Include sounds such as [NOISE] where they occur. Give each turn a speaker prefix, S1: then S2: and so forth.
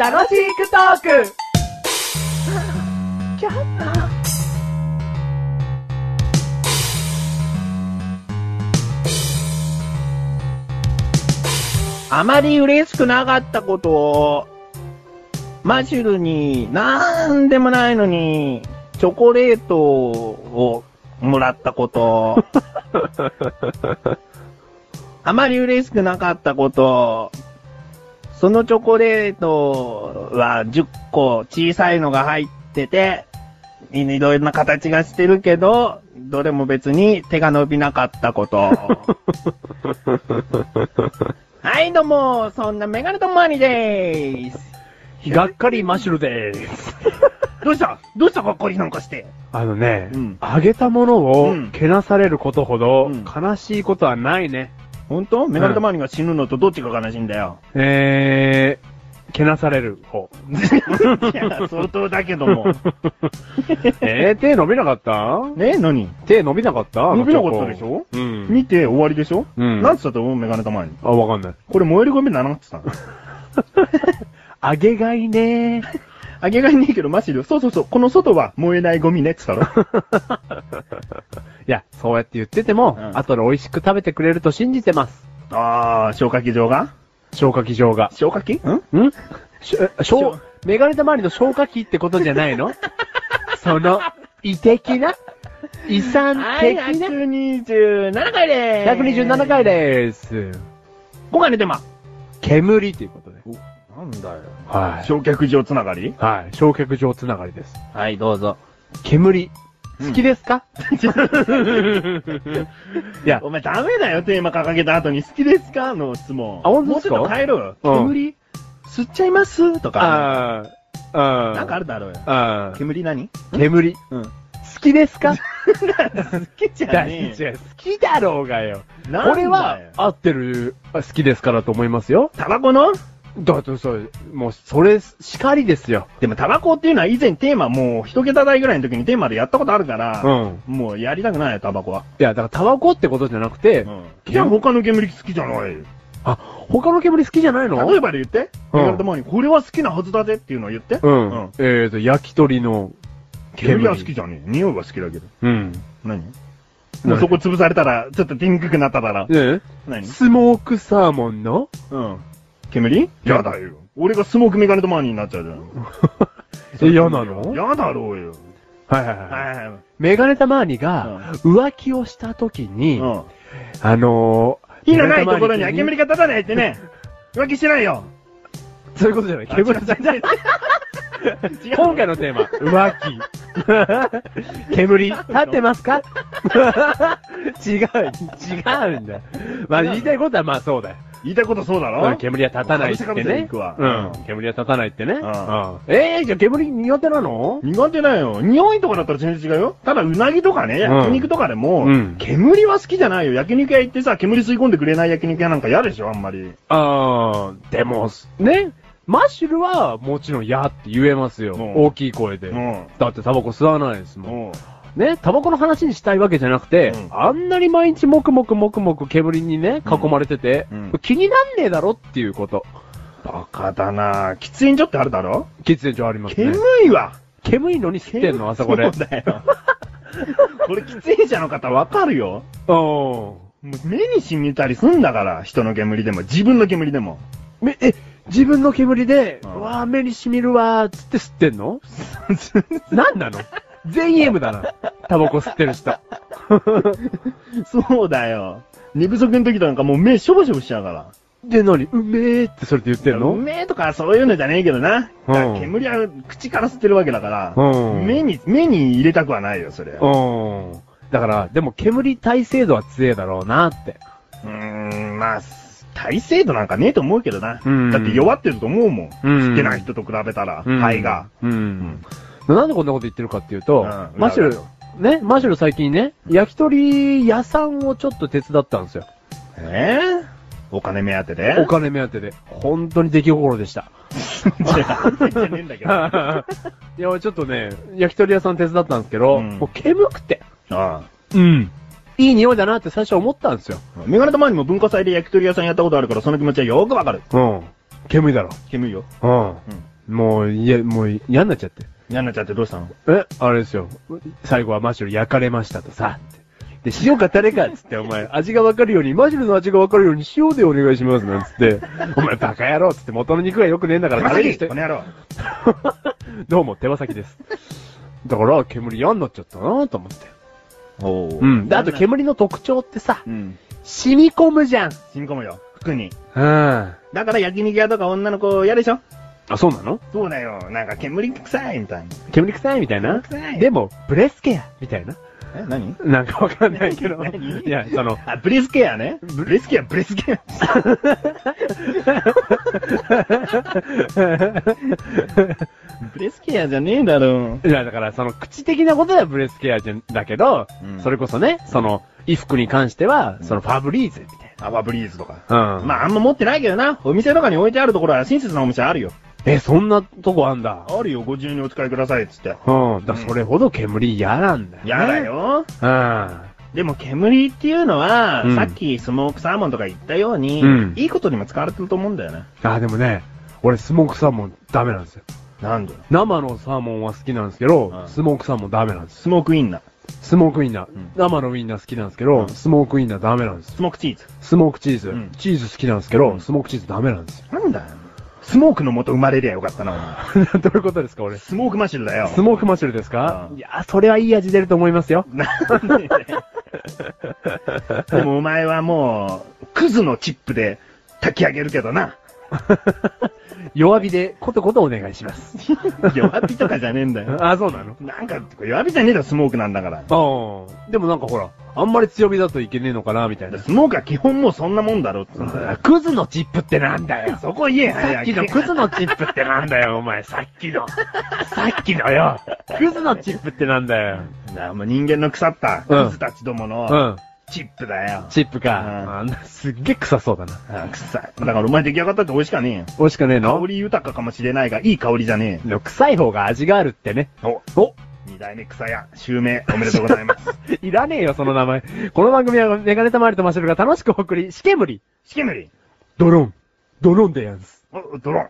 S1: 楽しくトーク
S2: あまり嬉しくなかったことを、マシュルに、なんでもないのに、チョコレートをもらったこと。あまり嬉しくなかったこと、そのチョコレートは10個小さいのが入ってて、いいろんな形がしてるけど、どれも別に手が伸びなかったこと。はい、どうも、そんなメガネとマニでーす。
S3: がっかりマシュルでーす。
S2: どうしたどうしたがっかりなんかして。
S3: あのね
S2: うん、
S3: あ、げたもの
S2: う
S3: を
S2: ん
S3: けなされることほど
S2: うん
S3: 悲しいことはないね。
S2: 本当メガネとマニが死ぬのとどっちが悲しいんだよ。
S3: えー、けなされる方。
S2: [LAUGHS] いや、相当だけども。
S3: えー、手伸びなかった
S2: [LAUGHS] ね何
S3: 手伸びなかった
S2: 伸びなかったでしょ
S3: うん。
S2: 見て終わりでしょ
S3: うん
S2: なんつったと思うメガネたまに。
S3: あ、わかんない。
S2: これ燃えるゴミだなって言ったの。 [LAUGHS]
S3: あげがいねー。
S2: あげがいねえけどマシル。そうそうそう。この外は燃えないゴミねって言ったろ。
S3: いや、そうやって言ってても、
S2: うん
S3: 後で美味しく食べてくれると信じてます。
S2: [LAUGHS] あー、消火器場が
S3: 消化器上が。
S2: 消火器ん
S3: んしょ、しょ
S2: 消
S3: う、メガネたまりの消化器ってことじゃな
S2: [LAUGHS]
S3: いのその、異的な遺産
S2: はい、
S3: 的な、
S2: 127回でーす。
S3: 127回でーす。
S2: 今回のテーマ。
S3: 煙っていうことで。
S2: なんだよ。
S3: はい。
S2: 焼却場つながり
S3: はい。焼却場つながりです。
S2: はい、どうぞ。
S3: 煙。
S2: うん
S3: 好きですか、いや
S2: お、前ダメだよ、テーマ掲げた後に好きですかの質問。
S3: あ本当ですか
S2: もうちょっと変えろよ。
S3: うん
S2: 煙、吸っちゃいますとか。
S3: あー、あー、
S2: なんかあるだろうよ。
S3: あー、
S2: 煙何
S3: 煙。
S2: うん
S3: 好きですか
S2: 好きじゃねえよ。
S3: 違う好きだろうがよ。
S2: なんだよ
S3: これは、合ってる、あ好きですからと思いますよ。
S2: タバコの
S3: だってそう、もう、それ、しかりですよ。
S2: でもタバコっていうのは以前テーマもう一桁台ぐらいの時にテーマでやったことあるから、
S3: うん。
S2: もうやりたくないよ、タバコは。
S3: いや、だから、タバコってことじゃなくて、
S2: うん。じゃあ他の煙好きじゃない。
S3: あ、他の煙好きじゃないの
S2: 例えばで言って、
S3: うん
S2: メガネともに、これは好きなはずだぜっていうのを言って。
S3: うん。
S2: うん
S3: えーと、焼き鳥の煙。
S2: 煙は好きじゃねえ。匂いは好きだけど。
S3: うん。
S2: 何もうそこ潰されたら、ちょっと出にくくなったから。
S3: ね
S2: 何
S3: スモークサーモンの
S2: うん。煙やだよ。俺がスモークメガネとマニーになっちゃうじゃん。
S3: え、嫌なの
S2: やだろうよ。
S3: はいはいはい。
S2: はいは
S3: メガネたまーにが、浮気をした時
S2: い。
S3: に、
S2: うん。
S3: あのー、
S2: 火のないところには
S3: メガネ
S2: 煙が立たないって
S3: [LAUGHS]
S2: ね。浮気しないよ。
S3: たまーにそういうことじゃない。煙じ
S2: [LAUGHS]
S3: ゃない。
S2: 違う。
S3: 今回のテ
S2: [LAUGHS]
S3: ーマ、浮気。煙、立ってます
S2: [LAUGHS]
S3: か違う、違うんだよ。まあ、言いたいことはまあそうだよ。
S2: 言いたいことそうだ
S3: う
S2: ろ
S3: ん、煙は立たないっ
S2: かぶせ
S3: て
S2: かぶせで
S3: ね
S2: 行。くわ
S3: うん、煙は立たないってね。うんん。えー、じゃあ煙苦手なの
S2: 苦手だよ。匂いとかだったら全然違うよ。ただ、うなぎとかね、
S3: うん
S2: 焼肉とかでも、
S3: うん
S2: 煙は好きじゃないよ。焼肉屋行ってさ、煙吸い込んでくれない焼肉屋なんか嫌でしょ、あんまり。
S3: あー、でも、ね、マッシュルはもちろん嫌って言えますよ。
S2: うん
S3: 大きい声で。
S2: うん。
S3: だってタバコ吸わないですもん。
S2: も
S3: ね、タバコの話にしたいわけじゃなくて、
S2: うん
S3: あんなに毎日もくもくもくもく煙にね、囲まれてて、
S2: うん
S3: 気になんねえだろっていうこと。
S2: う、バカだな喫煙所ってあるだろ
S3: 喫煙所ありますね
S2: 煙。いわ。
S3: 煙いのに吸ってんの、あそこで。
S2: そうだよ。これ喫煙者の方わかるよ。
S3: うん。
S2: もう目に染みたりすんだから、人の煙でも、自分の煙でも。
S3: め、え、自分の煙で、
S2: う
S3: うんわー目に染みるわー、つって吸ってんの [LAUGHS] なんなの全員 M だな。タバコ吸ってる人。 [LAUGHS]
S2: そうだよ。寝不足の時となんかもう目しょぼしょぼしちゃうから。
S3: で、なにうめーってそれで言ってん
S2: う
S3: の
S2: めえとかそういうのじゃねえけどな。
S3: うん
S2: だから煙は口から吸ってるわけだから、
S3: うん
S2: 目に、目に入れたくはないよ、それ。う
S3: うん。だから、でも煙耐性度は強えだろうなって。
S2: ーん、まあ、体制度なんかねえと思うけどな。
S3: うん
S2: だって弱ってると思うもん。
S3: うん
S2: 吸ってない人と比べたら、
S3: うん
S2: 肺が。。
S3: うん。なんでこんなこと言ってるかっていうと、
S2: うん
S3: マシュル、ね、マシュル最近ね、焼き鳥屋さんをちょっと手伝ったんですよ。
S2: えーお金目当てで
S3: お金目当てで。本当に出来心でした。
S2: じゃあじゃねえんだけど。 [LAUGHS] あ
S3: [LAUGHS] いや、ちょっとね、焼き鳥屋さん手伝ったんですけど、
S2: うん
S3: もう煙くて。
S2: あ
S3: うん。いい匂いだなって最初思ったんですよ。
S2: うんメガネたまにも文化祭で焼き鳥屋さんやったことあるから、その気持ちはよくわかる。
S3: うん。煙だろ。
S2: 煙よ。
S3: うん。もう、いや、もう、嫌になっちゃって。
S2: 嫌になっちゃってどうしたの
S3: え、あれですよ。最後はマシュル焼かれましたとさ。で、塩かタレかっつって、お前、味がわかるように、マシュルの味がわかるように塩でお願いします、なんつって。お前、バカ野郎っつって、元の肉が良くねえんだから、タレにして
S2: こ。の野郎。
S3: どうも、手羽先です。だから、煙嫌になっちゃったなと思って。
S2: おう
S3: うん。で、あと、。煙の特徴ってさ、
S2: うん。
S3: 染み込むじゃん。
S2: 染み込むよ。服に。
S3: うん。あ、
S2: だから焼肉屋とか女の子嫌でしょ
S3: そうなの
S2: そうだよ。なんか煙臭いみたいな。
S3: 煙臭いみたいな。
S2: 臭い。
S3: でも、ブレスケアみたいな。
S2: え、何
S3: なんかわかんない [LAUGHS] けど。
S2: 何
S3: いや、その、
S2: あ、ブレスケアね。ブレスケア、ブレスケア。ブレスケアじゃねえだろ。
S3: いや、だから、その、口的なことではブレスケアじゃんだけど、
S2: うん
S3: それこそね、その、衣服に関しては、
S2: ん
S3: その、ファブリーズみたい
S2: アワブリーズとか。
S3: な。うん。
S2: まあ、あんま持ってないけどな。お店とかに置いてあるところは親切なお店あるよ。
S3: え、そんなとこあんだ。
S2: あるよ、ご自由にお使いください、つって。
S3: うん。だからそれほど煙嫌なんだよ、ね。
S2: やだ。よ。
S3: う
S2: でも煙っていうのは、
S3: うん
S2: さっきスモークサーモンとか言ったように、
S3: うん
S2: いいことにも使われてると思うんだよね。
S3: ん。あ、でもね、俺、スモークサーモンダメなんですよ。
S2: なんで
S3: 生のサーモンは好きなんですけど、
S2: うん
S3: スモークサーモンダメなんです。
S2: スモークインナー、
S3: スモークウィンナー。
S2: うん
S3: 生のウィンナー好きなんですけど、
S2: うん
S3: スモークウィンナーダメなんです。
S2: スモークチーズ。
S3: スモークチーズ。
S2: うん
S3: チーズ好きなんですけど、
S2: うん
S3: スモークチーズダメなんですよ。 [LAUGHS]
S2: なんだよ。スモークの元生まれりゃよかったな、
S3: どういうことですか、俺
S2: 俺。スモークマッシュルだよ。
S3: スモークマシュルですか
S2: うん
S3: いや、それはいい味出ると思いますよ。
S2: なんでだよでもお前はもう、クズのチップで炊き上げるけどな。
S3: 弱火でコトコトお願いします。
S2: 弱火とかじゃねえんだよ。
S3: [LAUGHS] あ、そうなの
S2: なんか、弱火じゃねえだろ、スモークなんだから。
S3: ああ。でもなんかほら、あんまり強火だといけねえのかな、みたいな。
S2: スモークは基本もうそんなもんだろっつうんだよ。
S3: クズのチップってなんだよ。
S2: そこ言え
S3: さっきのクズのチップってなんだよ、お前。さっきの。さっきのよ。クズのチップってなんだよ。
S2: なあ、もう人間の腐った、
S3: うん
S2: クズたちども
S3: う
S2: の、
S3: ん。
S2: チップだよ。
S3: チップ
S2: うん
S3: か。あんなすっげえ臭そうだな。
S2: あ臭い。だからお前出来上がったって美味しかねえよ。
S3: 美味しくねえ
S2: 香
S3: の
S2: り豊かかもしれないが、いい香りじゃね
S3: でも臭い方が味があるってね。
S2: えよ。
S3: お
S2: お、二代目草屋、襲名、おめでとうございます。 [LAUGHS]
S3: いらねえよ、その名前。この番組はメガネたまりとマシュルが楽しくお送り、しけむり。
S2: しけむり、
S3: ドロン。ドロンでやんす。
S2: お、ドロン。